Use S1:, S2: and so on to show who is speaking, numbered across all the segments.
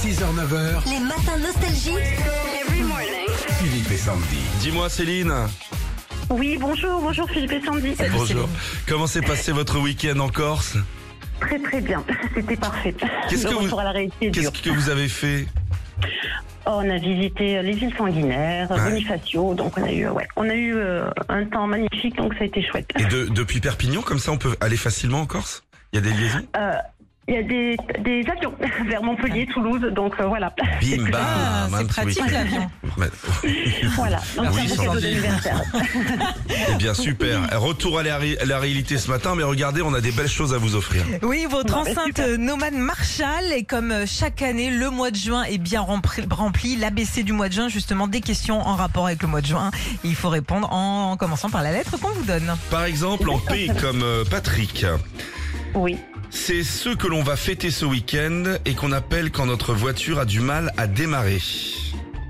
S1: 6h-9h,
S2: Les matins nostalgiques. Every morning.
S1: Philippe et Sandy.
S3: Dis-moi Céline,
S4: Oui, bonjour, bonjour Philippe et Sandy.
S3: bonjour. Comment s'est passé votre week-end en Corse
S4: Très très bien, c'était parfait.
S3: Qu'est-ce
S4: Le
S3: que vous-
S4: retour à la réalité est
S3: Qu'est-ce
S4: dur.
S3: que vous avez fait
S4: Oh, on a visité euh, les îles sanguinaires, euh,
S3: Ouais.
S4: Bonifacio, donc on a eu, euh, ouais, on a eu euh, un temps magnifique, donc ça a été chouette.
S3: Et de- depuis Perpignan, comme ça on peut aller facilement en Corse Il y a des liaisons
S5: Ah,
S4: Euh, Il y a des, des avions vers Montpellier, Toulouse, donc euh, voilà.
S3: Bim, bam,
S5: Ah,
S3: un
S5: c'est
S3: petit
S5: pratique,
S3: week-end.
S5: l'avion.
S3: Bah,
S4: voilà. Donc
S3: Ah Oui,
S4: c'est un beau
S3: Sandy.
S4: cadeau d'anniversaire.
S3: Eh bien super, retour à la, ré- la réalité ce matin, mais regardez, on a des belles choses à vous offrir.
S5: Oui, votre enceinte nomade Marshall et comme euh, chaque année, le mois de juin est bien rempli. rempli. L'ABC du mois de juin, justement, des questions en rapport avec le mois de juin. Et il faut répondre en commençant par la lettre qu'on vous donne.
S3: Par exemple, en P comme euh, Patrick,
S4: Oui.
S3: c'est ceux que l'on va fêter ce week-end et qu'on appelle quand notre voiture a du mal à démarrer.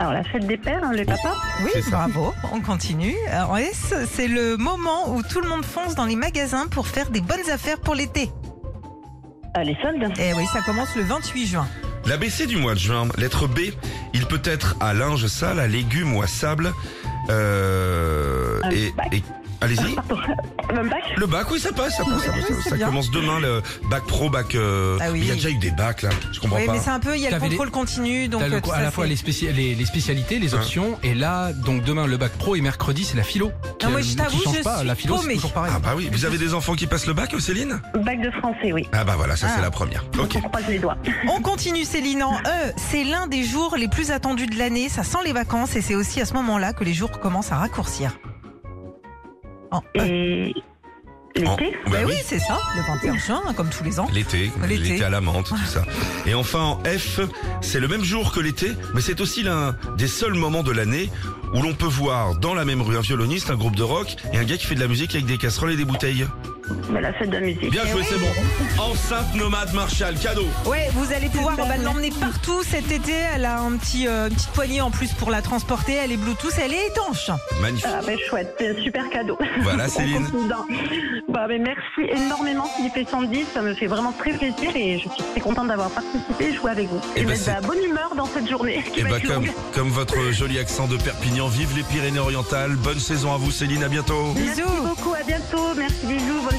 S4: Alors la fête des pères, hein, les papas.
S5: Oui,
S3: C'est ça.
S5: bravo, on continue. En S, c'est le moment où tout le monde fonce dans les magasins pour faire des bonnes affaires pour l'été.
S4: Euh, les soldes.
S5: Et oui, ça commence le 28 juin.
S3: L'ABC du mois de juin, lettre B, il peut être à linge sale, à légumes ou à sable. Euh,
S4: Un
S3: et,
S4: bac.
S3: et- allez-y.
S4: Même bac.
S3: Le bac, oui, ça passe, ça passe. ça passe.
S5: Oui, c'est
S3: Ça
S5: bien.
S3: commence demain le bac pro, bac. euh,
S5: Ah oui.
S3: Il y a déjà eu des bacs là. Je comprends
S5: oui,
S3: pas.
S5: mais c'est un peu, il y a le
S6: T'avais les-
S5: contrôle continu, donc
S6: T'as le
S5: euh,
S6: co-
S5: tout
S6: à
S5: ça,
S6: la fois
S5: c'est-
S6: les, spéci- les, les spécialités, les
S3: Hein.
S6: options, et là, donc demain le bac pro et mercredi c'est la philo. qui,
S5: Ah, moi,
S6: euh,
S5: je
S6: qui
S5: t'avoue,
S6: change
S5: je
S6: pas.
S5: suis
S6: la philo,
S5: paumée.
S6: c'est toujours pareil.
S3: Ah bah oui. Vous avez des enfants qui passent le bac, Céline
S4: Bac de français, oui.
S3: Ah bah voilà, ça
S5: Ah.
S3: c'est la première. Ok.
S4: On croise les doigts.
S5: On continue Céline en E. C'est l'un des jours les plus attendus de l'année. Ça sent les vacances et c'est aussi à ce moment-là que les jours commencent à raccourcir. En E.
S4: Et l'été.
S3: En- bah
S5: Ben
S3: oui.
S5: oui, c'est ça, le 21 juin, comme tous les ans.
S3: L'été, comme
S5: L'été.
S3: l'été à la menthe, tout ça. Et enfin en F, c'est le même jour que l'été, mais c'est aussi l'un des seuls moments de l'année où l'on peut voir dans la même rue un violoniste, un groupe de rock et un gars qui fait de la musique avec des casseroles et des bouteilles.
S4: Mais bah, la fête de la musique.
S3: Bien joué, c'est bon. Enceinte nomade Marshall, cadeau.
S5: Ouais, vous allez pouvoir bah, l'emmener partout cet été. Elle a un petit, euh, une petite poignée en plus pour la transporter. Elle est Bluetooth, elle est étanche.
S3: Magnifique.
S4: Ah ben chouette, c'est un super cadeau.
S3: Voilà,
S4: On
S3: Céline.
S4: compte dedans. Bah, mais merci énormément Philippe et Sandy, ça me fait vraiment très plaisir et je suis très contente d'avoir participé et joué avec vous.
S3: Eh
S4: Et,
S3: ben,
S4: d'être de
S3: c'est-
S4: la bonne humeur dans cette journée. qui
S3: Et
S4: va
S3: bah
S4: être
S3: comme,
S4: longue.
S3: comme votre joli accent de Perpignan, vive les Pyrénées-Orientales. Bonne saison à vous, Céline. À bientôt.
S5: Bisous.
S4: Merci beaucoup, à bientôt, merci bisous, bonne